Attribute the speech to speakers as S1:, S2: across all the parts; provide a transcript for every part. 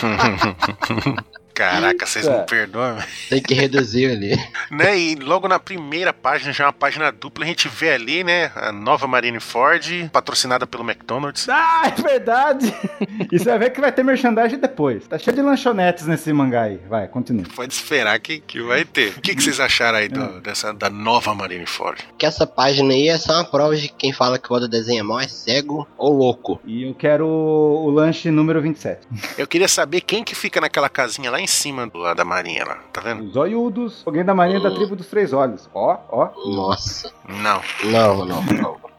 S1: Caraca, vocês não
S2: Eita.
S1: perdoam.
S3: Tem que reduzir ali.
S1: né? E logo na primeira página, já é uma página dupla, a gente vê ali, né? A nova Marine Ford, patrocinada pelo McDonald's.
S2: Ah, é verdade! E você vai ver que vai ter merchandising depois. Tá cheio de lanchonetes nesse mangá aí. Vai, continua.
S1: Pode esperar que, que vai ter. O que, que vocês acharam aí do- dessa, da nova Marine Ford?
S3: Que essa página aí é só uma prova de que quem fala que o Oda desenha mal é cego ou louco.
S2: E eu quero o, o lanche número 27.
S1: Eu queria saber quem que fica naquela casinha lá em cima do lado da Marinha lá. Tá vendo?
S2: Os olhudos. Alguém da marinha da tribo dos três olhos. Ó, ó.
S3: Nossa.
S1: Não.
S3: Não, não, não.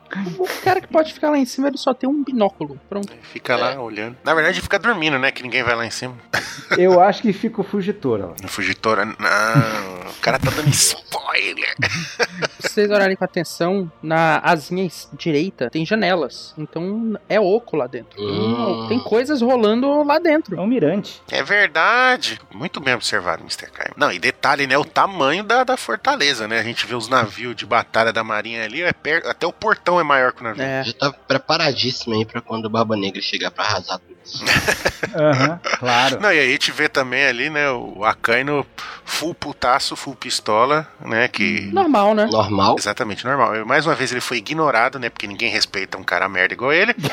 S4: O cara que pode ficar lá em cima, ele só tem um binóculo. Pronto.
S1: Fica lá olhando. Na verdade, fica dormindo, né? Que ninguém vai lá em cima.
S2: Eu acho que fica o Fugitora. ó.
S1: No Fugitora, não. O cara tá dando spoiler.
S4: Se vocês olharem com atenção, na asinha es- direita tem janelas. Então é oco lá dentro.
S3: Hum.
S4: Tem coisas rolando lá dentro.
S2: É um mirante.
S1: É verdade. Muito bem observado, Mr. Caio. Não, e detalhe, né? O tamanho da, da fortaleza, né? A gente vê os navios de batalha da marinha ali, é per- até o portão é maior que o navio.
S4: É.
S3: Já tá preparadíssimo aí pra quando o Barba Negra chegar pra arrasar tudo.
S2: Aham, claro.
S1: Não, e aí a gente vê também ali, né, o Akaino full putaço, full pistola, né, que...
S4: Normal, né?
S3: Normal.
S1: Exatamente, normal. E Mais uma vez ele foi ignorado, né, porque ninguém respeita um cara merda igual ele.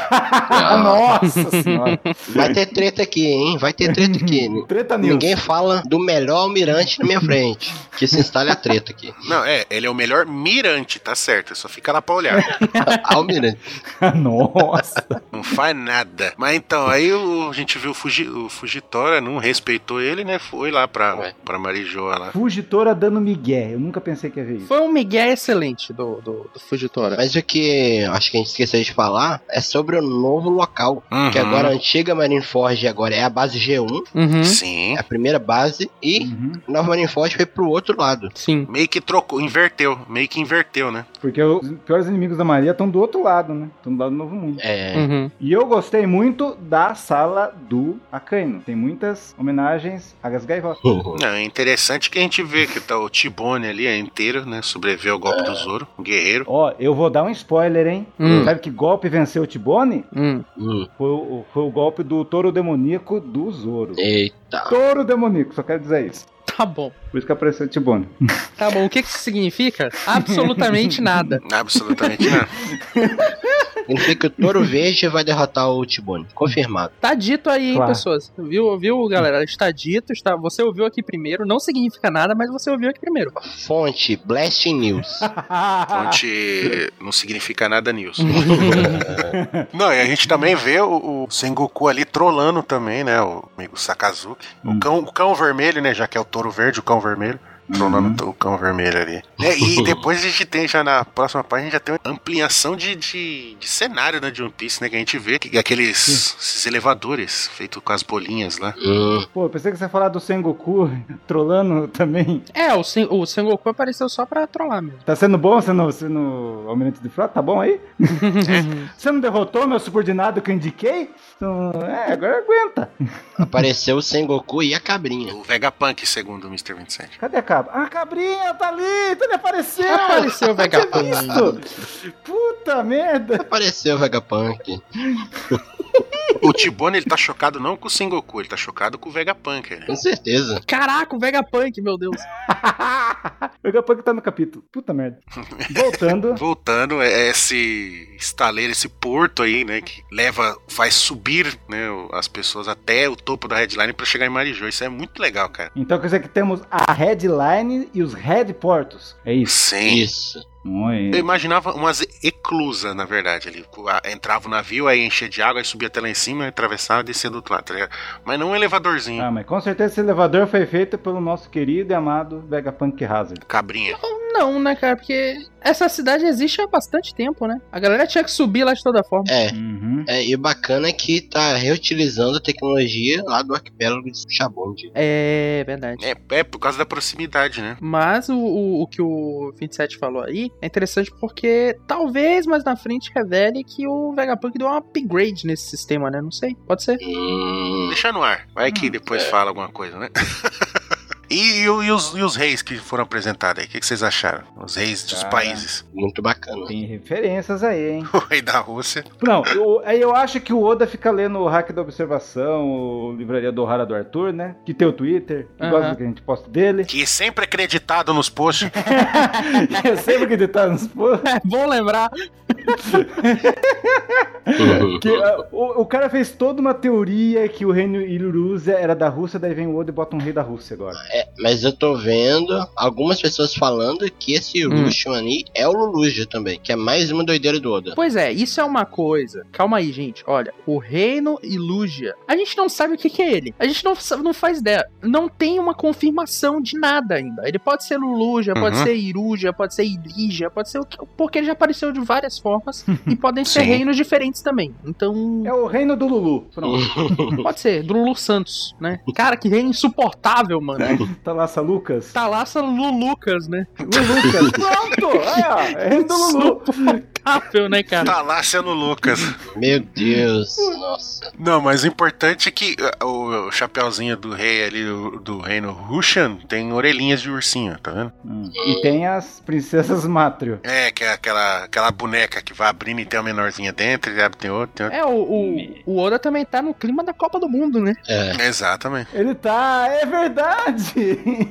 S2: Ah, nossa senhora.
S3: Vai ter treta aqui, hein? Vai ter treta aqui.
S2: Treta News.
S3: Ninguém fala do melhor almirante na minha frente. Que se instale a treta aqui.
S1: Não, é, ele é o melhor mirante, tá certo, só fica lá pra olhar.
S3: Almirante.
S2: Nossa.
S1: Não faz nada. Mas então, aí o- a gente viu o, Fuji, o Fugitora, não respeitou ele, né? Foi lá pra,
S3: Ué.
S1: pra Marijoa lá.
S2: Fugitora dando migué. Eu nunca pensei que ia ver isso.
S4: Foi um migué excelente do, do, do Fugitora.
S3: Mas o que acho que a gente esqueceu de falar é sobre o novo local. Que
S1: Uhum.
S3: agora a antiga Marineford agora é a base G1,
S4: Uhum.
S1: Sim.
S3: é a primeira base, e
S2: Uhum.
S3: a nova Marineford foi pro outro lado.
S4: Sim.
S1: Meio que trocou, inverteu. Meio que inverteu, né?
S2: Porque os piores inimigos da Maria estão do outro lado, né? Estão do lado do Novo Mundo.
S3: É.
S4: Uhum.
S2: E eu gostei muito da sala do Akaino. Tem muitas homenagens às gaivotas.
S1: Não, é interessante que a gente vê que tá o Tibone ali é inteiro, né? Sobreviveu ao golpe do Zoro, um guerreiro.
S2: Ó, eu vou dar um spoiler, hein?
S4: Hum.
S2: Sabe que golpe venceu o Tibone?
S4: Hum.
S3: Hum,
S2: Foi o, foi o golpe do touro demoníaco do Zoro.
S3: eita.
S2: Touro demoníaco, só quero dizer isso.
S4: Tá bom.
S2: Por isso que apareceu o Tibone.
S4: Tá bom. O que que isso significa? Absolutamente nada.
S1: Absolutamente nada.
S3: Significa que o Toro Verde vai derrotar o Tibone. Confirmado.
S4: Tá dito aí, hein,
S2: Claro.
S4: pessoas. Viu, viu, galera? Está dito, está... você ouviu aqui primeiro. Não significa nada, mas você ouviu aqui primeiro.
S3: Fonte, Blast News.
S1: Fonte não significa nada news. não, e a gente também vê o, o Sengoku ali trolando também, né? O amigo Sakazuki. O,
S2: Hum.
S1: cão, o cão vermelho, né? Já que é o touro verde, o cão vermelho. tronando o cão vermelho ali. É, e depois a gente tem já na próxima página, a gente já tem uma ampliação de, de, de cenário né, de One Piece, né? Que a gente vê que aqueles esses elevadores feitos com as bolinhas lá.
S3: Hum.
S2: Pô, eu pensei que você ia falar do Sengoku trolando também.
S4: É, o, Sen o Sengoku apareceu só pra trollar mesmo.
S2: Tá sendo bom sendo, sendo almirante de frota? Tá bom aí? Você não derrotou meu subordinado que eu indiquei? Então, é, agora aguenta.
S3: Apareceu o Sengoku e a cabrinha.
S1: O Vegapunk, segundo o Mr. 27.
S2: Cadê a cabra? Ah, a cabrinha tá ali! Então ele apareceu!
S4: Apareceu o Vegapunk.
S2: é Isso! Puta merda!
S3: Apareceu o Vegapunk.
S1: O Tibone, ele tá chocado não com o Sengoku, ele tá chocado com o Vegapunk. né? Ele.
S3: Com certeza.
S4: Caraca, o Vegapunk, meu Deus.
S2: o Vegapunk tá no capítulo. Puta merda. Voltando.
S1: Voltando, é esse estaleiro, esse porto aí, né, que leva, faz subir, né, o- as pessoas até o topo da headline pra chegar em Marijô. Isso é muito legal, cara.
S2: Então quer dizer que temos a headline e os headportos. É isso.
S1: Sim.
S3: Isso.
S1: Eu
S2: Muito.
S1: imaginava umas eclusas, na verdade, ali. A- Entrava o navio, aí enchia de água, aí subia até lá em cima, aí atravessava e descia do outro lado, tá ligado? Mas não um elevadorzinho.
S2: Ah, mas com certeza esse elevador foi feito pelo nosso querido e amado Vegapunk Hazard.
S1: Cabrinha.
S4: Não, né, cara? Porque essa cidade existe há bastante tempo, né? A galera tinha que subir lá de toda forma.
S3: É.
S2: Uhum.
S3: É, e o bacana é que tá reutilizando a tecnologia lá do arquipélago de Chabonde.
S4: É, verdade.
S1: É, é por causa da proximidade, né?
S4: Mas o, o- o que o 27 falou aí é interessante porque talvez mais na frente revele que o Vegapunk deu um upgrade nesse sistema, né? Não sei. Pode ser.
S3: Hum,
S1: Deixa no ar. Vai que depois fala alguma coisa, né? E, e o- e os, e os reis que foram apresentados aí? O que, que vocês acharam? Os reis dos
S2: Cara.
S1: países.
S3: muito bacana.
S2: Tem referências aí, hein?
S1: O rei da Rússia.
S2: Não, eu, aí eu acho que o Oda fica lendo o Hack da Observação, o Livraria do Rara do Arthur, né? Que tem o Twitter, que
S4: Aham.
S2: gosta do que a gente posta dele.
S1: Que sempre é creditado nos posts.
S2: que é sempre que ele tá nos posts.
S4: É bom lembrar.
S2: Que, ah, o, o cara fez toda uma teoria que o reino Ilurúzia era da Rússia, daí vem o Oda e bota um rei da Rússia agora.
S3: É, mas eu tô vendo algumas pessoas falando que esse
S4: Hum.
S3: Lucian ali é o Luluja também, que é mais uma doideira do Oda.
S4: Pois é, isso é uma coisa. Calma aí, gente. Olha, o reino Ilúgia. A gente não sabe o que, que é ele. A gente não, sa- não faz ideia. Não tem uma confirmação de nada ainda. Ele pode ser Luluja, pode
S1: Uhum.
S4: ser Iruja, pode ser Ilígia, pode ser o que. Porque ele já apareceu de várias formas e podem ser
S1: Sim.
S4: reinos diferentes também. Então.
S2: É o reino do Lulu. Pronto.
S4: Pode ser, do Lulu Santos, né? Cara, que reino insuportável, mano.
S2: Tá lá, essa Lucas.
S4: Talaça Lulucas, né?
S2: Lucas. Pronto! Aí, ó. É reino do Lulu.
S4: Insuportável, né, cara?
S1: Talácia no tá Lucas.
S3: Meu Deus, nossa.
S1: Não, mas o importante é que ah, o chapeuzinho do rei ali, do, do reino Russian, tem orelhinhas de ursinho, tá vendo?
S2: Hum, E tem as princesas Matrio.
S1: É, que é aquela, aquela boneca que vai abrindo e tem uma menorzinha dentro, e abre tem outro, tem outro.
S4: É, o, o, o Oda também tá no clima da Copa do Mundo, né?
S3: É.
S1: Exatamente.
S2: Ele tá, é verdade!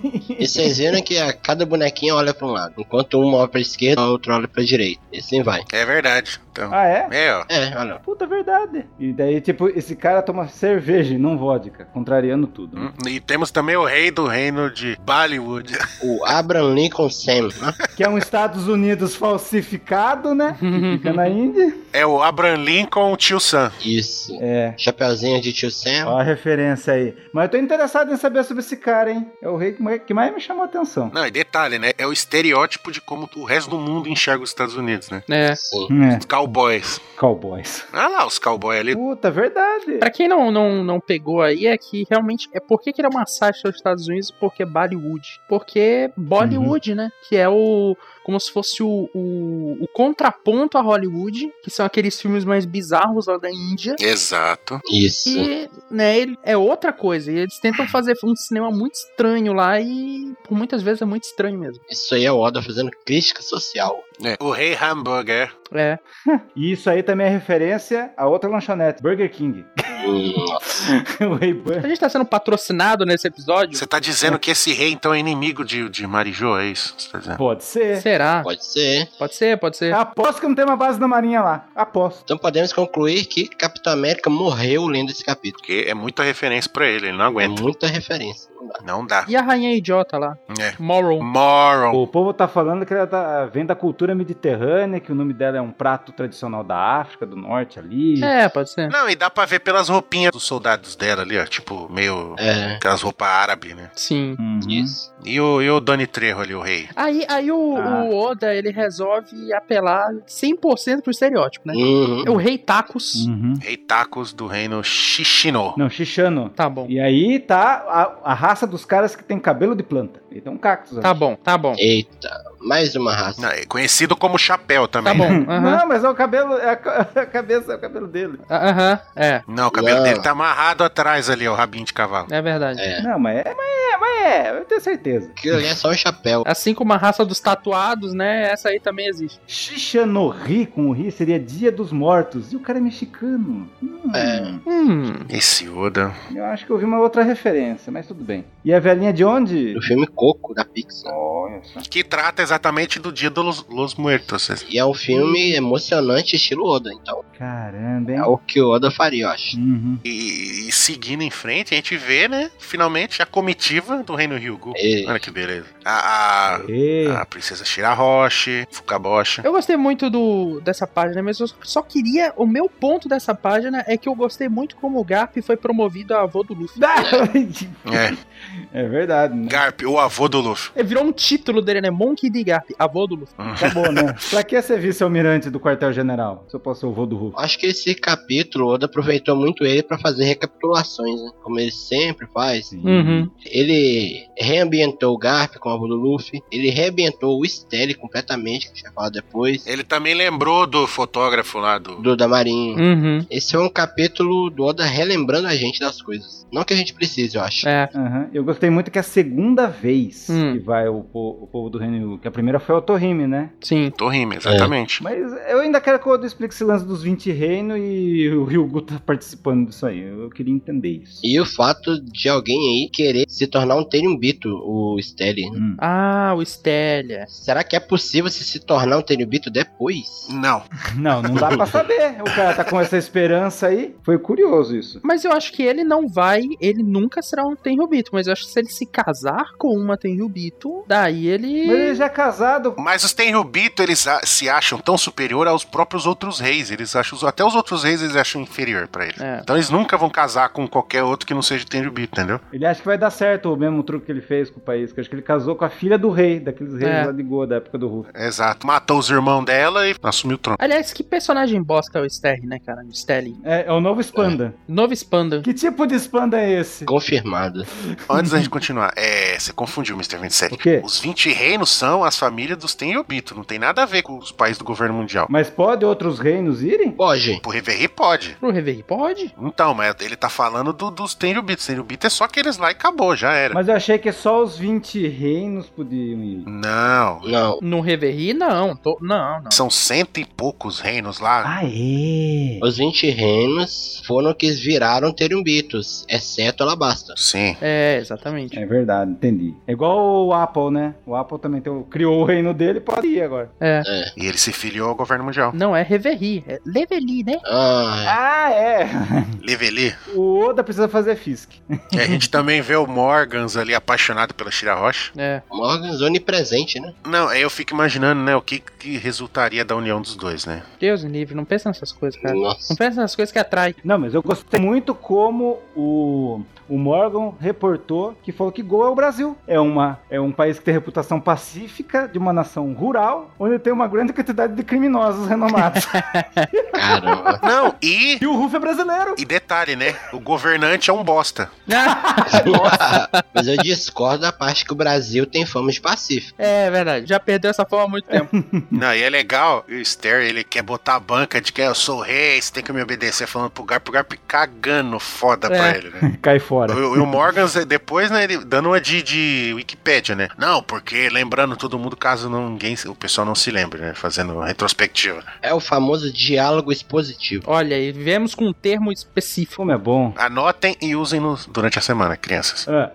S3: E vocês viram que a cada bonequinha olha pra um lado, enquanto uma olha pra esquerda, a outra olha pra direita. E assim vai.
S1: É verdade. Então,
S2: ah, é?
S1: é, ó.
S3: É, olha.
S2: Puta verdade. E daí, tipo, esse cara toma cerveja e não vodka, contrariando tudo. né?
S1: Hum, E temos também o rei do reino de Bollywood.
S3: O Abraham Lincoln Sam. né?
S2: Que é um Estados Unidos falsificado, né? Que fica na Índia.
S1: É o Abraham Lincoln Tio Sam.
S3: Isso.
S2: É.
S3: Chapeuzinho de tio Sam.
S2: Ó a referência aí. Mas eu tô interessado em saber sobre esse cara, hein? É o rei que mais- que mais me chamou a atenção.
S1: Não, e detalhe, né? É o estereótipo de como o resto do mundo enxerga os Estados Unidos, né?
S4: É.
S3: Sim.
S2: É,
S1: Os cowboys.
S2: cowboys.
S1: Ah lá, os cowboys ali.
S2: Puta, verdade.
S4: Pra quem não, não, não pegou aí, é que realmente. É por que, que ele é uma sátira dos Estados Unidos? Porque Bollywood. Porque Bollywood, né? Que é o. Como se fosse o, o, o contraponto a Hollywood, que são aqueles filmes mais bizarros lá da Índia.
S1: Exato.
S3: Isso.
S4: E, né, ele é outra coisa. E eles tentam fazer um cinema muito estranho lá e por muitas vezes é muito estranho mesmo.
S3: Isso aí é o Oda fazendo crítica social.
S1: É. O rei hambúrguer.
S4: É.
S2: E isso aí também é referência a outra lanchonete, Burger King.
S3: Hum,
S2: o rei
S3: É.
S2: Burger.
S4: A gente tá sendo patrocinado nesse episódio?
S1: Você tá dizendo que esse rei, então, é inimigo de, de Marijô, é isso? que Você tá dizendo?
S2: Pode ser.
S4: Será?
S3: pode ser.
S4: Pode ser, pode ser.
S2: Aposto que não tem uma base da marinha lá. Aposto.
S3: Então podemos concluir que Capitão América morreu lendo esse capítulo.
S1: Porque é muita referência pra ele, ele não
S3: É
S1: aguenta.
S3: muita referência. Não dá.
S1: Não dá.
S4: E a rainha idiota lá?
S1: É.
S4: Moral.
S1: Moral.
S2: O povo tá falando que ela tá- vem da cultura mediterrânea, que o nome dela é um prato tradicional da África, do norte ali.
S4: É, pode ser.
S1: Não, e dá pra ver pelas roupinhas dos soldados dela ali, ó. Tipo, meio.
S3: É.
S1: Aquelas roupas árabe, né?
S4: Sim.
S2: Uhum.
S3: Isso.
S1: E o, e o Doni Trejo ali, o rei.
S4: Aí, aí o,
S2: Ah.
S4: o Oda, ele resolve apelar 100% pro estereótipo, né?
S3: Uhum.
S4: É o rei tacos.
S2: Uhum.
S1: Rei Tacos do reino Shishino.
S2: Não, xixano.
S4: Tá bom.
S2: E aí tá a, a raça dos caras que tem cabelo de planta. Ele tem um cactus.
S4: Tá
S2: ali.
S4: bom, tá bom.
S3: Eita, mais uma raça.
S1: Não, é conhecido como Chapéu também.
S4: Tá bom.
S1: né?
S4: Aham.
S2: Não, mas é o cabelo, é a, ca- a cabeça, é o cabelo dele.
S4: Aham. É,
S1: Não, o cabelo
S3: Não.
S1: dele tá amarrado atrás ali, ó, o rabinho de cavalo.
S4: é verdade.
S3: É.
S2: Não, mas é, mas é, mas é, eu tenho certeza.
S3: Aquilo ali é só um chapéu.
S4: Assim como a raça dos tatuados, né? Essa aí também existe.
S2: Xixanori com o ri seria Dia dos Mortos. E o cara é mexicano. Hum,
S3: É.
S4: Hum.
S1: Esse Oda.
S2: Eu acho que eu vi uma outra referência, mas tudo bem. E a velhinha de onde?
S3: Do filme Coco, da Pixar.
S2: Olha só.
S1: Que trata exatamente do dia dos Los Muertos.
S3: E é um filme emocionante, estilo Oda. Então,
S2: Caramba, hein?
S3: é o que o Oda faria, eu acho.
S2: Uhum.
S1: E, e seguindo em frente, a gente vê, né, finalmente, a comitiva do reino Ryugu.
S3: E-
S1: Olha que beleza. A, a,
S2: E...
S3: Ah.
S1: a princesa Shirahoshi, Fukaboshi.
S4: Eu gostei muito do, dessa página, mas eu só queria. O meu ponto dessa página é que eu gostei muito como o Garp foi promovido a avô do Luffy.
S1: É,
S2: é verdade, né?
S1: Garp, o avô do Luffy.
S4: É, Virou um título dele, né? Monkey D. Garp, avô do Luffy.
S2: Acabou, né? pra que ser vice-almirante do quartel-general? Se eu posso ser o vô do Hulk.
S3: Acho que esse capítulo, o Oda aproveitou muito ele pra fazer recapitulações, né? Como ele sempre faz.
S4: Uhum.
S3: Ele reambientou o Garp com a do Luffy. Ele reambientou o Stelle completamente, que a gente vai falar depois.
S1: Ele também lembrou do fotógrafo lá do.
S3: Do da Marinha.
S4: Uhum.
S3: Esse é um capítulo do Oda relembrando a gente das coisas. Não que a gente precise, eu acho.
S4: É.
S2: Aham. Eu gostei muito que é a segunda vez
S4: Hum.
S2: que vai o, po- o povo do Reino Hulk. A primeira foi o Torrime, né?
S4: Sim.
S1: Torrime, exatamente.
S2: Mas eu ainda quero que o Oda explique esse lance dos 20 reinos e o Ryugu tá participando disso aí. Eu queria entender isso.
S3: E o fato de alguém aí querer se tornar um Teriumbito, o Stelle. né?
S2: Hum.
S4: Ah, o Stélia.
S3: Será que é possível se se tornar um Teriumbito
S4: É.
S3: depois?
S1: Não.
S2: Não, não dá pra saber. O cara tá com essa esperança aí. Foi curioso isso.
S4: Mas eu acho que ele não vai. Ele nunca será um Tenryubito. Mas eu acho que se ele se casar com uma Tenryubito, daí ele.
S2: Mas ele já é casado.
S1: Mas os Tenryubito, eles a- se acham tão superior aos próprios outros reis. Eles acham. Até os outros reis eles acham inferior pra eles.
S4: É.
S1: Então eles nunca vão casar com qualquer outro que não seja Tenryubito, entendeu?
S2: Ele acha que vai dar certo o mesmo truque que ele fez com o país. Que eu acho que ele casou com a filha do rei, daqueles reis
S4: É.
S2: lá de Goa, da época do Ruff.
S1: Exato. Matou os irmãos dela e assumiu o trono.
S4: Aliás, que personagem bosta é o Sterling, né, cara? O Sterling.
S2: É, é o novo Spanda.
S4: Novo Spanda.
S2: Que tipo de Spanda é esse?
S3: Confirmado.
S1: Antes da gente continuar, é, você confundiu, Mr. 27.
S2: O quê?
S1: Os 20 reinos são as famílias dos Tenryubito. Não tem nada a ver com os países do governo mundial.
S2: Mas pode outros reinos irem?
S3: Pode.
S1: O Reverri pode.
S4: Pro Reverie pode?
S1: Então, mas ele tá falando do- dos Tenryubito. Os Tenryubito é só aqueles lá e acabou, já era.
S2: Mas eu achei que só os 20 reinos podiam ir.
S1: Não.
S3: Não.
S4: No Reverie, não. Tô- Não, não.
S1: São cento e poucos reinos lá.
S2: Aê!
S3: Os 20 reinos foram que viraram Teriumbitos, exceto Alabasta.
S2: Ah.
S1: Sim.
S4: É, exatamente.
S2: É verdade, entendi. É igual o Apple, né? O Apple também tem o- criou o reino dele, pode ir agora.
S4: É.
S3: É.
S1: E ele se filiou ao governo mundial.
S4: Não, é Reverie. É Leveli, né?
S3: Ah,
S2: Ah, é!
S1: Leveli.
S2: O Oda precisa fazer Fisk.
S1: E a gente também vê o Morgans ali apaixonado pela Shira Rocha.
S4: É.
S3: Morgans onipresente, né?
S1: Não, aí eu fico imaginando, né, o que, que resultaria da união dos dois, né?
S4: Deus me livre. Não pensa nessas coisas, cara.
S3: Nossa.
S4: Não pensa nessas coisas que atrai.
S2: Não, mas eu gostei muito como o, o Morgan reportou que falou que Goa é o Brasil. É, uma, é um país que tem reputação pacífica, de uma nação rural, onde tem uma grande quantidade de criminosos renomados.
S3: Caramba.
S1: Não, e.
S2: e o Ruf é brasileiro!
S1: E detalhe, né? O governante é um bosta.
S4: Ah,
S3: Mas eu discordo da parte que o Brasil tem fama de pacífico.
S4: é verdade. Já perdeu essa forma há muito tempo.
S1: Não, e é legal, e o Ster, ele quer botar a banca de que "Ah, eu sou o rei, você tem que me obedecer, falando pro Garp, o Garp cagando foda pra
S4: É.
S1: ele, né?
S2: Cai
S1: E
S2: fora.
S1: o e o Morgans, eh, depois, né, ele dando uma de, de Wikipédia, né? Não, porque, lembrando todo mundo, caso não, ninguém, o pessoal não se lembre, né? Fazendo uma retrospectiva.
S3: É o famoso diálogo expositivo.
S4: Olha, e viemos com um termo específico.
S2: Como é bom.
S1: Anotem e usem no, durante a semana, crianças.
S2: Ah,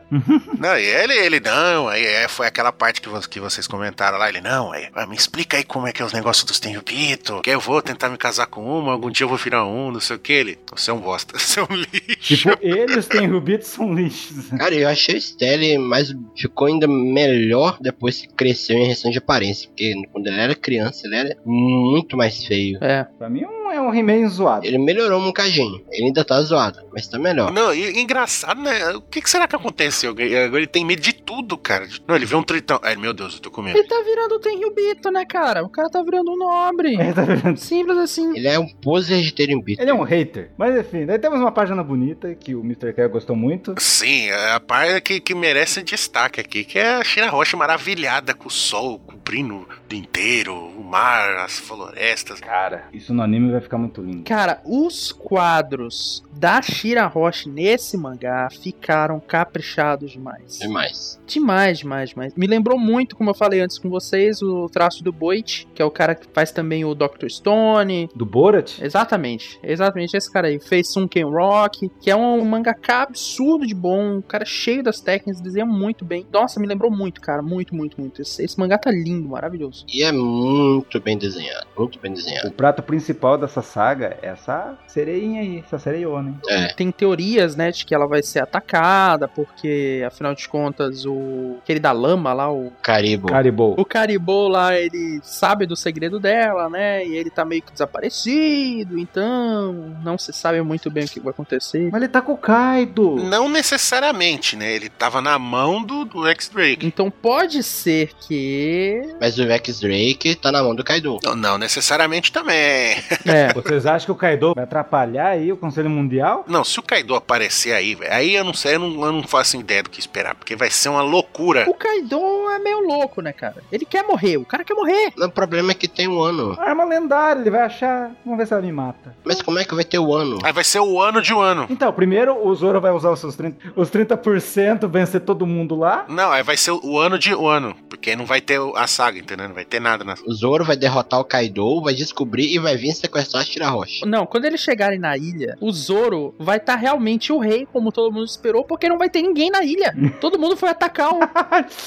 S1: Não, e ele, ele, não, aí é, foi aquela parte que, vo- que vocês comentaram lá, ele, não, aí, ah, me explica aí como é que é os negócios dos Tenryubito, que eu vou tentar me casar com uma, algum dia eu vou virar um, não sei o que, ele, você é um bosta, você é um lixo.
S2: tipo, eles têm Zumbitos são lixos.
S3: Cara, eu achei o Stanley, mas ficou ainda melhor depois que cresceu em relação de aparência. Porque quando ele era criança, ele era muito mais feio.
S4: É.
S2: Pra mim é um- é um He-Man zoado.
S3: Ele melhorou um bocadinho. Ele ainda tá zoado, mas tá melhor.
S1: Não, e, e engraçado, né? O que, que será que aconteceu? Ele- Agora ele tem medo de tudo, cara. De- Não, ele vê um tritão. Ai, meu Deus, eu tô com medo.
S4: Ele tá virando o Tenryubito, né, cara? O cara tá virando um nobre.
S2: É, tá vendo?
S4: Simples assim.
S3: Ele é um poser de Terimbito.
S2: Ele é um hater. Mas enfim, daí temos uma página bonita que o Mr. K gostou muito.
S1: Sim, é a parte que, que merece destaque aqui, que é a Shira Rocha maravilhada com o sol cobrindo o inteiro, o mar, as florestas.
S2: Cara, isso no anime vai ficar muito lindo.
S4: Cara, os quadros da Shira Roche nesse mangá ficaram caprichados demais.
S3: é Demais.
S4: Demais, demais, demais. Me lembrou muito, como eu falei antes com vocês, o traço do Boit, que é o cara que faz também o Dr. Stone,
S2: Do Borat?
S4: Exatamente, exatamente esse cara aí, fez Sun Ken Rock, que é um mangaka absurdo de bom, um cara cheio das técnicas, desenha muito bem. Nossa, me lembrou muito, cara, muito, muito, muito. Esse, esse mangá tá lindo, maravilhoso.
S3: E é muito bem desenhado. Muito bem desenhado.
S2: O prato principal dessa saga é essa sereinha aí, essa sereiona, hein?
S3: É.
S4: Tem teorias, né, de que ela vai ser atacada, porque afinal de contas o aquele da lama lá, o
S3: Caribo.
S2: Caribou.
S4: o Caribou lá, ele sabe do segredo dela, né? E ele tá meio que desaparecido, então não se sabe muito bem o que vai acontecer.
S2: Mas ele tá com o Kaido.
S1: Não necessariamente, né? Ele tava na mão do, do X-Drake.
S4: Então pode ser que
S3: Mas o Rex Drake tá na mão do Kaido.
S1: Não, não necessariamente também.
S4: é,
S2: Vocês acham que o Kaido vai atrapalhar aí o Conselho Mundial?
S1: Não, se o Kaido aparecer aí, velho, aí eu não sei, eu não, eu não faço ideia do que esperar, porque vai ser uma loucura.
S4: O Kaido é meio louco, né, cara? Ele quer morrer, o cara quer morrer.
S3: Não, O problema é que tem um ano.
S2: Arma lendária, ele vai achar. Vamos ver se ela me mata.
S3: Mas como é que vai ter o ano?
S1: Aí vai ser o ano de um ano.
S2: Então, primeiro o Zoro vai usar os seus 30%, os 30% vencer todo mundo lá.
S1: Não, aí vai ser o ano de um ano, porque não vai ter a saga, entendeu? Não vai ter nada na
S3: O Zoro vai derrotar o Kaido, vai descobrir e vai vir sequestrar a Shirahoshi.
S4: Não, quando eles chegarem na ilha, o Zoro vai estar realmente o rei, como todo mundo esperou, porque não vai ter ninguém na ilha. Todo mundo foi atacar o,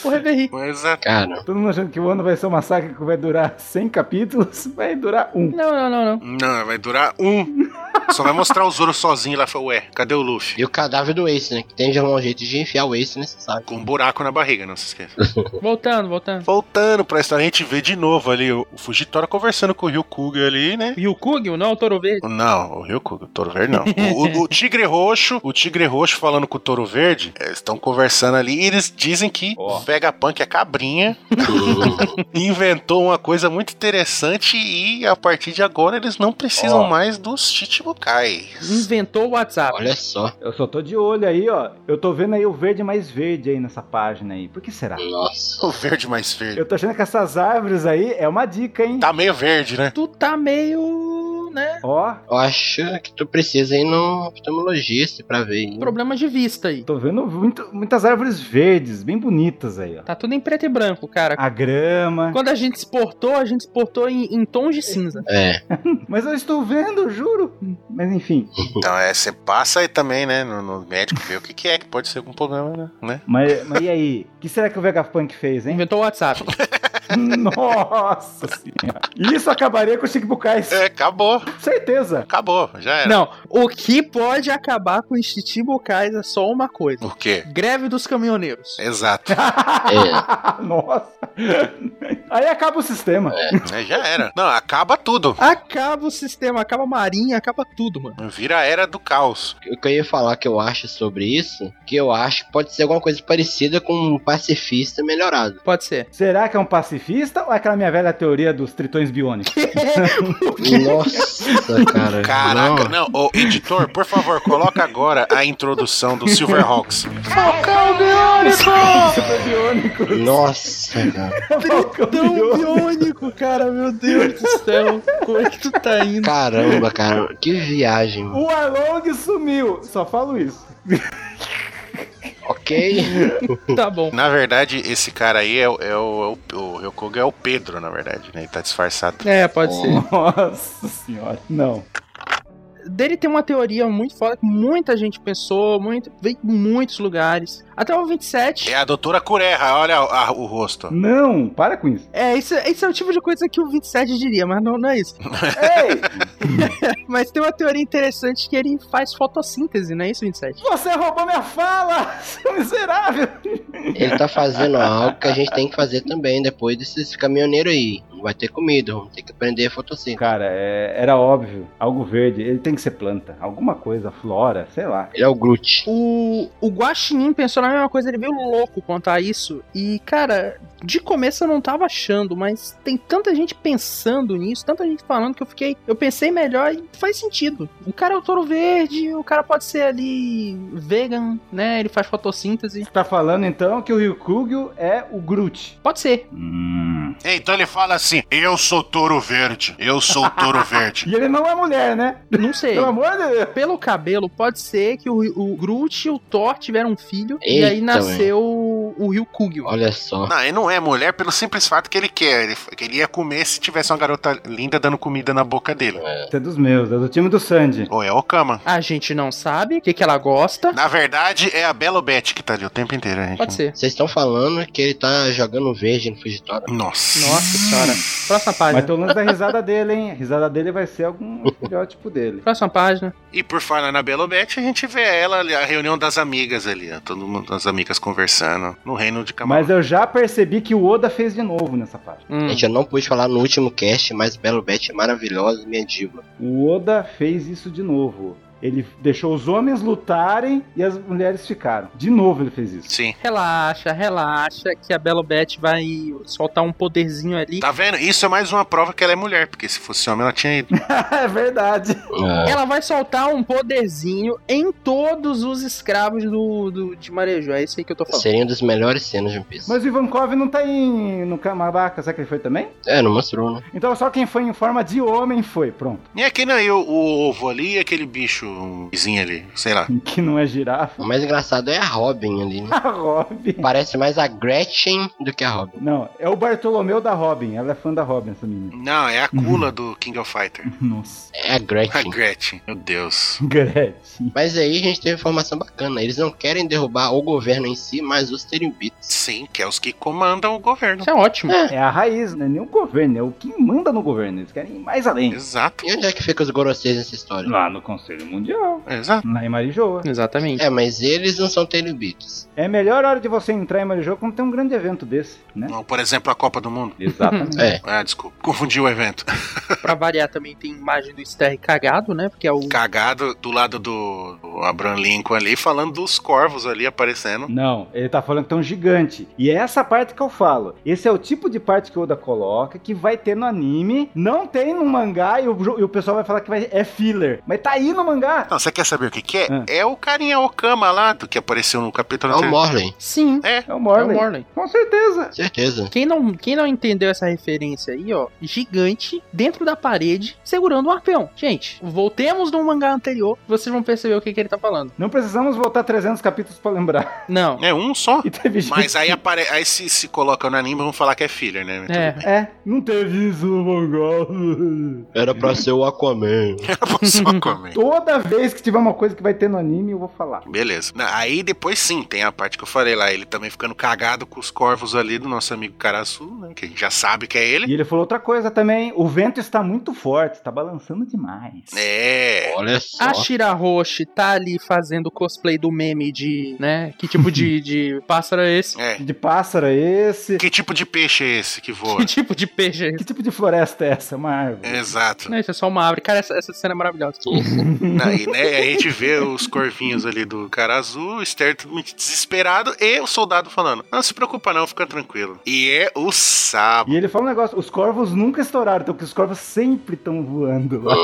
S4: o Reverie.
S1: coisa.
S3: Cara,
S2: Todo mundo achando que o ano vai ser uma saga que vai durar 100 capítulos, vai durar um.
S4: Não, não, não, não.
S1: Não, vai durar um. Só vai mostrar o Zoro sozinho lá. Fala, ué, cadê o Luffy?
S3: e o cadáver do Ace, né? Que tem já um jeito de enfiar o Ace né? nesse saco.
S1: Com um buraco na barriga, não se esqueça.
S4: Voltando, voltando.
S1: Voltando pra história, a gente vê de novo ali o o Fujitora conversando com o Ryukuga ali, né?
S4: E o Kugel, não, o Toro Verde.
S1: Não, o Ryukuga, o Toro Verde não. O, o- o Tigre Roxo, o Tigre Roxo falando com o Toro Verde, eh, estão conversando ali e eles dizem que
S2: Ó.
S1: o Vegapunk é cabrinha, inventou uma coisa muito interessante e a partir de agora eles não precisam
S2: Ó.
S1: mais dos Chichibukais.
S4: Inventou o WhatsApp.
S3: Olha só.
S2: Eu só tô de olho aí, ó. Eu tô vendo aí o verde mais verde aí nessa página aí. Por que será?
S3: Nossa.
S1: O verde mais verde.
S2: Eu tô achando que essas árvores aí é uma dica, hein?
S1: Tá meio verde, né?
S4: Tu tá meio. né?
S2: Ó,
S3: Eu acho que tu precisa ir no oftalmologista pra ver. hein?
S4: Problema Hum. de vista aí.
S2: tô vendo muito- muitas árvores verdes, bem bonitas aí, ó.
S4: Tá tudo em preto e branco, cara.
S2: A grama.
S4: Quando a gente exportou, a gente exportou em, em tons de cinza.
S3: É.
S2: Mas eu estou vendo, juro. Mas enfim.
S1: Então, é, você passa aí também, né, no, no médico, ver o que, que é, que pode ser algum problema, né? né?
S2: Mas, mas e aí? O que será que o Vegapunk fez, hein?
S4: Inventou o WhatsApp.
S2: Nossa senhora. Isso acabaria com o Chiquibukais.
S1: É, acabou,
S2: Certeza.
S1: acabou, já era.
S4: Não, o que pode acabar com os chichibukais é só uma coisa:
S1: Por quê?
S4: greve dos caminhoneiros.
S1: Exato,
S3: é.
S2: Nossa. Aí acaba o sistema.
S1: né, já era. Não, acaba tudo.
S4: Acaba o sistema, acaba a marinha, acaba tudo, mano.
S1: Vira a era do caos.
S3: O que eu ia falar que eu acho sobre isso, que eu acho que pode ser alguma coisa parecida com um pacifista melhorado.
S4: Pode ser.
S2: Será que é um pacifista ou é aquela minha velha teoria dos tritões biônicos?
S3: Nossa, cara.
S1: Caraca, né?
S3: Não.
S1: não. Ô, editor, por favor, coloca agora a introdução do Silverhawks.
S2: Super biônicos.
S3: Nossa, cara.
S2: Falcão
S4: Tão
S2: biônico.
S4: biônico, cara, meu Deus do céu. Quanto tá indo?
S3: Caramba, cara. Que viagem. mano.
S2: O Arlong sumiu. Só falo isso.
S3: Ok?
S4: Tá bom.
S1: Na verdade, esse cara aí é, o- é o é o- o Ryokuga, é o Pedro, na verdade, né? Ele tá disfarçado.
S4: É, pode ser.
S2: Nossa senhora. Não.
S4: dele tem uma teoria muito foda que muita gente pensou, muito, veio em muitos lugares. Até o 27.
S1: É a doutora Curerra, olha a- a- o rosto.
S2: Não, para com isso.
S4: É, isso, isso é o tipo de coisa que o 27 diria, mas não, não é isso.
S2: Ei,
S4: Mas tem uma teoria interessante que ele faz fotossíntese, não é isso, 27?
S2: você roubou minha fala, seu miserável.
S3: Ele tá fazendo algo que a gente tem que fazer também depois desses caminhoneiros aí. Não vai ter comida, vamos ter que aprender a fotossíntese.
S2: Cara, é- era óbvio. Algo verde, ele tem que ser planta. Alguma coisa, flora, sei lá.
S3: Ele é o Groot.
S4: O, o Guaxinim pensou na mesma coisa, ele veio louco contar isso. E, cara, de começo eu não tava achando, mas tem tanta gente pensando nisso, tanta gente falando que eu fiquei. Eu pensei melhor e faz sentido. O cara é o touro verde, o cara pode ser ali vegan, né? Ele faz fotossíntese.
S2: Você tá falando então que o Ryukugyu é o Groot.
S4: Pode ser.
S2: Hum.
S1: Então ele fala assim: Eu sou touro verde, eu sou touro verde.
S2: E ele não é mulher, né?
S4: Não sei.
S2: Pelo amor de Deus.
S4: Pelo cabelo, pode ser que o, o Groot e o Thor tiveram um filho. e aí
S3: Eita,
S4: nasceu o, o Ryu Kugel.
S3: Olha só.
S1: Não, ele não é mulher pelo simples fato que ele quer. Ele queria comer se tivesse uma garota linda dando comida na boca dele.
S2: Você é dos meus, é do time do Sandy.
S1: Ou é o Kama.
S4: A gente não sabe o que, que ela gosta.
S1: Na verdade, é a Belo Beth que tá ali o tempo inteiro, a gente.
S4: Pode ser.
S3: Vocês estão falando que ele tá jogando verde no fugitório?
S1: Nossa.
S4: Nossa senhora. Próxima página.
S2: Mas tô longe da risada dele, hein? A risada dele vai ser algum estereótipo dele.
S4: Próxima página.
S1: E por falar na Belo Beth, a gente vê ela ali, a reunião das amigas ali, ó, todo mundo, as amigas conversando no reino de
S4: Tá
S1: Camargo.
S2: Mas eu já percebi que o Oda fez de novo nessa página.
S4: Hum.
S3: Gente, eu não pude falar no último cast, mas Belo Beth é maravilhosa, minha diva.
S2: O Oda fez isso de novo. Ele deixou os homens lutarem e as mulheres ficaram. De novo ele fez isso.
S1: Sim.
S4: Relaxa, relaxa, que a Belo Beth vai soltar um poderzinho ali.
S1: Tá vendo? Isso é mais uma prova que ela é mulher, porque se fosse homem ela tinha ido.
S2: é verdade.
S4: Ela vai soltar um poderzinho em todos os escravos do, do- de Marejó. É isso aí que eu tô falando.
S3: Seria uma das melhores cenas de um Piece.
S2: Mas o Ivankov não tá em, no Kamabaka, será que ele foi também?
S3: É, não mostrou, né?
S2: Então só quem foi em forma de homem foi, pronto.
S1: E aquele aí, o, o ovo ali e aquele bicho um vizinho ali, sei lá.
S2: Que não é girafa.
S3: O mais engraçado é a Robin ali, né?
S2: A Robin.
S3: Parece mais a Gretchen do que a Robin.
S2: Não, é o Bartolomeu da Robin. Ela é fã da Robin, essa menina.
S1: Não, é a cula do King of Fighter.
S2: Nossa.
S3: É a
S1: A
S3: Gretchen.
S1: Gretchen. Meu Deus.
S2: Gretchen.
S3: Mas aí a gente teve informação bacana. Eles não querem derrubar o governo em si, mas os Terimbits.
S1: Sim, que é os que comandam o governo.
S4: Isso é ótimo.
S2: É a raiz, não é nem o governo, é o que manda no governo. Eles querem ir mais além.
S1: Exato,
S3: E onde é que fica os Goroseis nessa história?
S2: Lá no Conselho Mundial.
S1: exato.
S2: Lá em Marijoa.
S4: Exatamente.
S3: É, mas eles não são Terimbits.
S2: É a melhor hora de você entrar em Marijoa quando tem um grande evento desse, né?
S1: Não, Por exemplo, a Copa do Mundo.
S2: Exatamente.
S3: É.
S1: Ah, desculpa. Confundi o evento.
S4: Pra variar também tem imagem do Sterry cagado, né? Porque é o.
S1: Cagado do lado do, do Abraham Lincoln ali, falando dos corvos ali aparecendo.
S2: Não, ele tá falando que tem um gigante. E é essa parte que eu falo. Esse é o tipo de parte que o Oda coloca, que vai ter no anime, não tem no mangá, e o, jo- e o pessoal vai falar que vai- é filler. Mas tá aí no mangá.
S1: Não, você quer saber o que, que é?
S2: Ah.
S1: É o carinha Okama lá, do que apareceu no
S3: É
S1: capítulo
S3: o
S1: anterior.
S3: Morley.
S4: Sim.
S2: É o
S4: É o
S2: Morley.
S4: Morley.
S2: Com certeza.
S3: Certeza.
S4: Quem não, quem não entendeu essa referência aí, ó, gigante dentro da parede segurando um arpão. Gente, voltemos no mangá anterior, vocês vão perceber o que, que ele tá falando.
S2: Não precisamos voltar 300 capítulos pra lembrar.
S4: Não.
S1: É um só.
S2: E teve gente.
S1: Mas aí, apare... aí se, se coloca no anime, vamos falar que é filler, né? Tudo
S4: É.
S1: bem.
S2: É, não teve isso no mangá.
S3: Era pra ser o Aquaman.
S1: É Só come.
S2: Toda vez que tiver uma coisa que vai ter no anime, eu vou falar.
S1: Beleza. Na- Aí depois sim, tem a parte que eu falei lá, ele também ficando cagado com os corvos ali do nosso amigo Caraçu, né? Que a gente já sabe que é ele.
S2: E ele falou outra coisa também. O vento está muito forte, está balançando demais.
S1: É.
S3: Olha só.
S4: A Shira Roshi tá ali fazendo cosplay do meme de, né? Que tipo de, de pássaro é esse?
S1: É.
S2: De pássaro é esse?
S1: Que tipo de peixe é esse que voa?
S4: Que tipo de peixe é esse?
S2: Que tipo de floresta é essa? Uma árvore.
S1: Exato.
S4: Não, isso é só uma árvore. Cara, essa, essa cena é maravilhosa.
S1: Aí, né, a gente vê os corvinhos ali do cara azul, o Esther totalmente desesperado e o soldado falando: Não se preocupa, não, fica tranquilo. E é o sábado.
S2: E ele fala um negócio, os corvos nunca estouraram, então que os corvos sempre estão voando lá.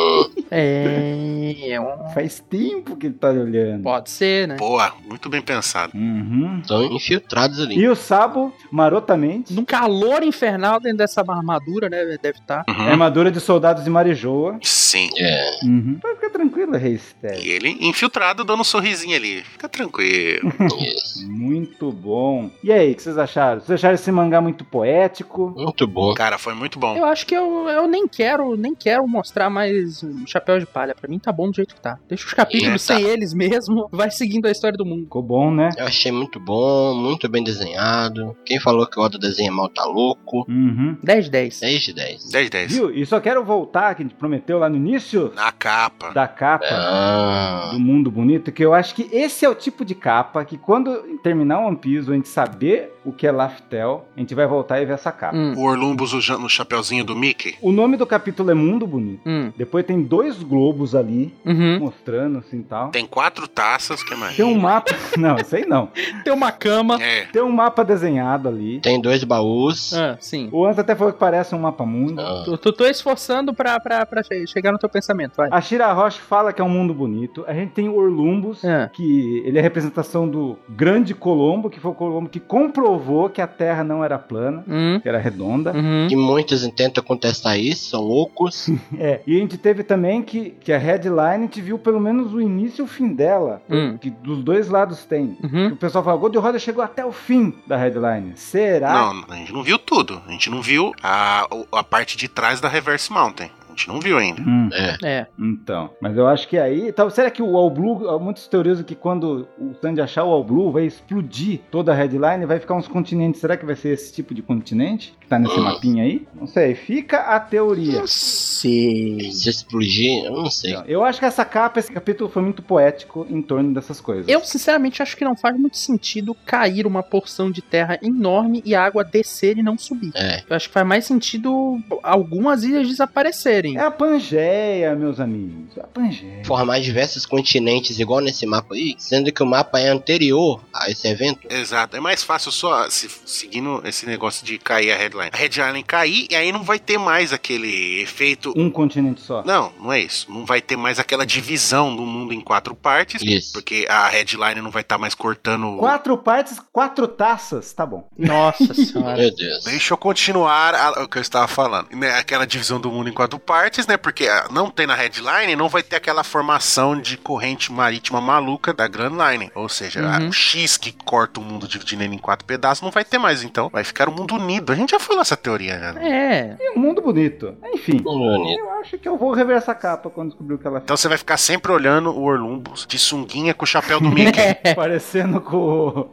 S4: É. é um-
S2: Faz tempo que ele tá olhando.
S4: Pode ser, né?
S1: Boa, muito bem pensado.
S2: Uhum.
S3: Estão infiltrados ali.
S2: E o Sabo, marotamente,
S4: Num calor infernal dentro dessa armadura, né? Deve estar.
S2: é armadura de soldados de Marijoa.
S1: Uhum. sim.
S3: É.
S2: Uhum. Pode ficar tranquilo, Reis Teddy.
S1: E ele infiltrado dando um sorrisinho ali. Fica tranquilo.
S3: Isso.
S2: Muito bom. E aí, o que vocês acharam? Vocês acharam esse mangá muito poético?
S3: Muito bom.
S1: Cara, foi muito bom.
S4: Eu acho que eu, eu nem quero, nem quero mostrar mais um chapéu de palha. Pra mim tá bom do jeito que tá. Deixa os capítulos
S1: Eita.
S4: sem eles mesmo, vai seguindo a história do mundo.
S2: Ficou bom, né?
S3: Eu achei muito bom, muito bem desenhado. Quem falou que o Oda desenha mal tá louco.
S2: Uhum.
S4: 10 10.
S3: 10 de 10.
S1: 10 10.
S2: Viu? E só quero voltar, que a gente prometeu lá no início
S1: Na capa.
S2: da capa.
S3: Ah,
S2: Do mundo bonito, que eu acho que esse é o tipo de capa que quando terminar o One Piece, ou a gente saber o que é Laftel, a gente vai voltar e ver essa capa.
S4: Hum,
S1: O Orlumbus usando o chapeuzinho do Mickey.
S2: O nome do capítulo é Mundo Bonito.
S4: hum,
S2: Depois tem dois globos ali,
S4: uhum.
S2: mostrando assim e tal.
S1: Tem quatro taças, que mais?
S2: Tem um mapa. não, isso aí não.
S4: Tem uma cama.
S1: É.
S2: Tem um mapa desenhado ali.
S3: tem dois baús.
S4: Ah, sim.
S2: O Anza até falou que parece um mapa mundo.
S3: Ah,
S4: Tu, tu tô esforçando pra, pra, pra che- chegar no teu pensamento, vai.
S2: A Shira Roche fala que é um mundo bonito. A gente tem o Orlumbus,
S4: É.
S2: que ele é a representação do grande Colombo, que foi o Colombo que comprovou que a Terra não era plana,
S4: Hum,
S2: que era redonda.
S4: uhum.
S3: E muitos tentam contestar isso, são loucos.
S2: É, e a gente teve também que, que a headline a gente viu pelo menos o início e o fim dela,
S4: Hum.
S2: que dos dois lados tem.
S4: Uhum.
S2: O pessoal fala, Gold Roda chegou até o fim da headline. Será?
S1: Não, a gente não viu tudo. A gente não viu a, a parte de trás da Reverse Mountain. A gente não viu ainda.
S2: Hum.
S3: É.
S4: É.
S2: Então, mas eu acho que aí. Tal, será que o All Blue. Há muitos teorizam que quando o Sandy achar o All Blue vai explodir toda a headline, vai ficar uns continentes. Será que vai ser esse tipo de continente que tá nesse
S3: Hum.
S2: mapinha aí? Não sei, fica a teoria.
S4: Sim.
S3: Se explodir, eu não sei.
S2: Então, eu acho que essa capa, esse capítulo foi muito poético em torno dessas coisas.
S4: Eu, sinceramente, acho que não faz muito sentido cair uma porção de terra enorme e a água descer e não subir.
S3: É.
S4: Eu acho que faz mais sentido algumas ilhas desaparecerem.
S2: É a Pangeia, meus amigos. É a Pangeia.
S3: Formar diversos continentes igual nesse mapa aí, sendo que o mapa é anterior a esse evento.
S1: Exato. É mais fácil só se, seguindo esse negócio de cair a headline. A headline cair e aí não vai ter mais aquele efeito.
S2: Um continente só.
S1: Não, não é isso. Não vai ter mais aquela divisão do mundo em quatro partes.
S3: Isso.
S1: Porque a headline não vai estar mais cortando.
S2: Quatro partes, quatro taças. Tá bom.
S4: Nossa senhora.
S3: Meu Deus.
S1: Deixa eu continuar a- o que eu estava falando. Né, aquela divisão do mundo em quatro partes, né? Porque ah, não tem na headline, não vai ter aquela formação de corrente marítima maluca da Grand Line. Ou seja, a-
S4: Uhum.
S1: o X que corta o mundo dividindo ele em quatro pedaços não vai ter mais, então. Vai ficar o mundo unido. A gente já falou essa teoria, né?
S4: É.
S2: E um mundo bonito. Enfim.
S3: Bonito.
S2: Eu acho que eu vou rever essa capa quando descobrir o que ela
S1: Então você vai ficar sempre olhando o Orlumbus de sunguinha com o chapéu do Mickey.
S4: É.
S2: fez. Parecendo com o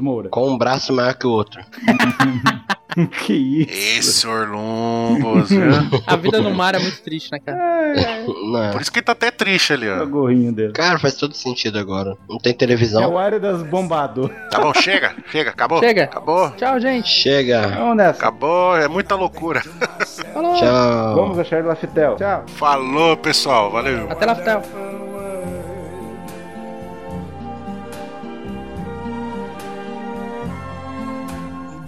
S2: Moura.
S3: Com um braço maior que o outro.
S2: que isso.
S1: Esse Orlumbus, viu?
S4: A vida no mar é muito triste, né, cara?
S3: Não.
S1: Por isso que ele tá até triste ali,
S2: É o
S1: ó.
S2: gorrinho dele.
S3: Cara, faz todo sentido agora. Não tem
S2: É
S3: televisão.
S2: o área das bombado.
S1: Tá bom, chega, chega, acabou.
S4: Chega.
S1: Acabou,
S4: Tchau, gente.
S3: Chega.
S2: Vamos nessa.
S1: acabou, é muita loucura.
S4: Falou.
S3: Tchau.
S2: Vamos achar o Laftel. Tchau.
S1: Falou, pessoal, valeu.
S4: Até lá, até.
S5: wonderful world.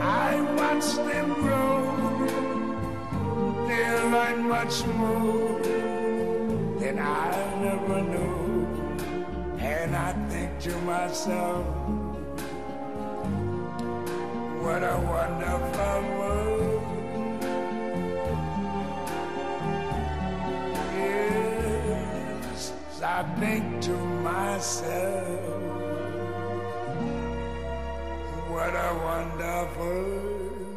S5: I watch them grow. They're like much more than I never knew. And I think to myself, what a wonderful world. Yes, I think to myself. What a wonderful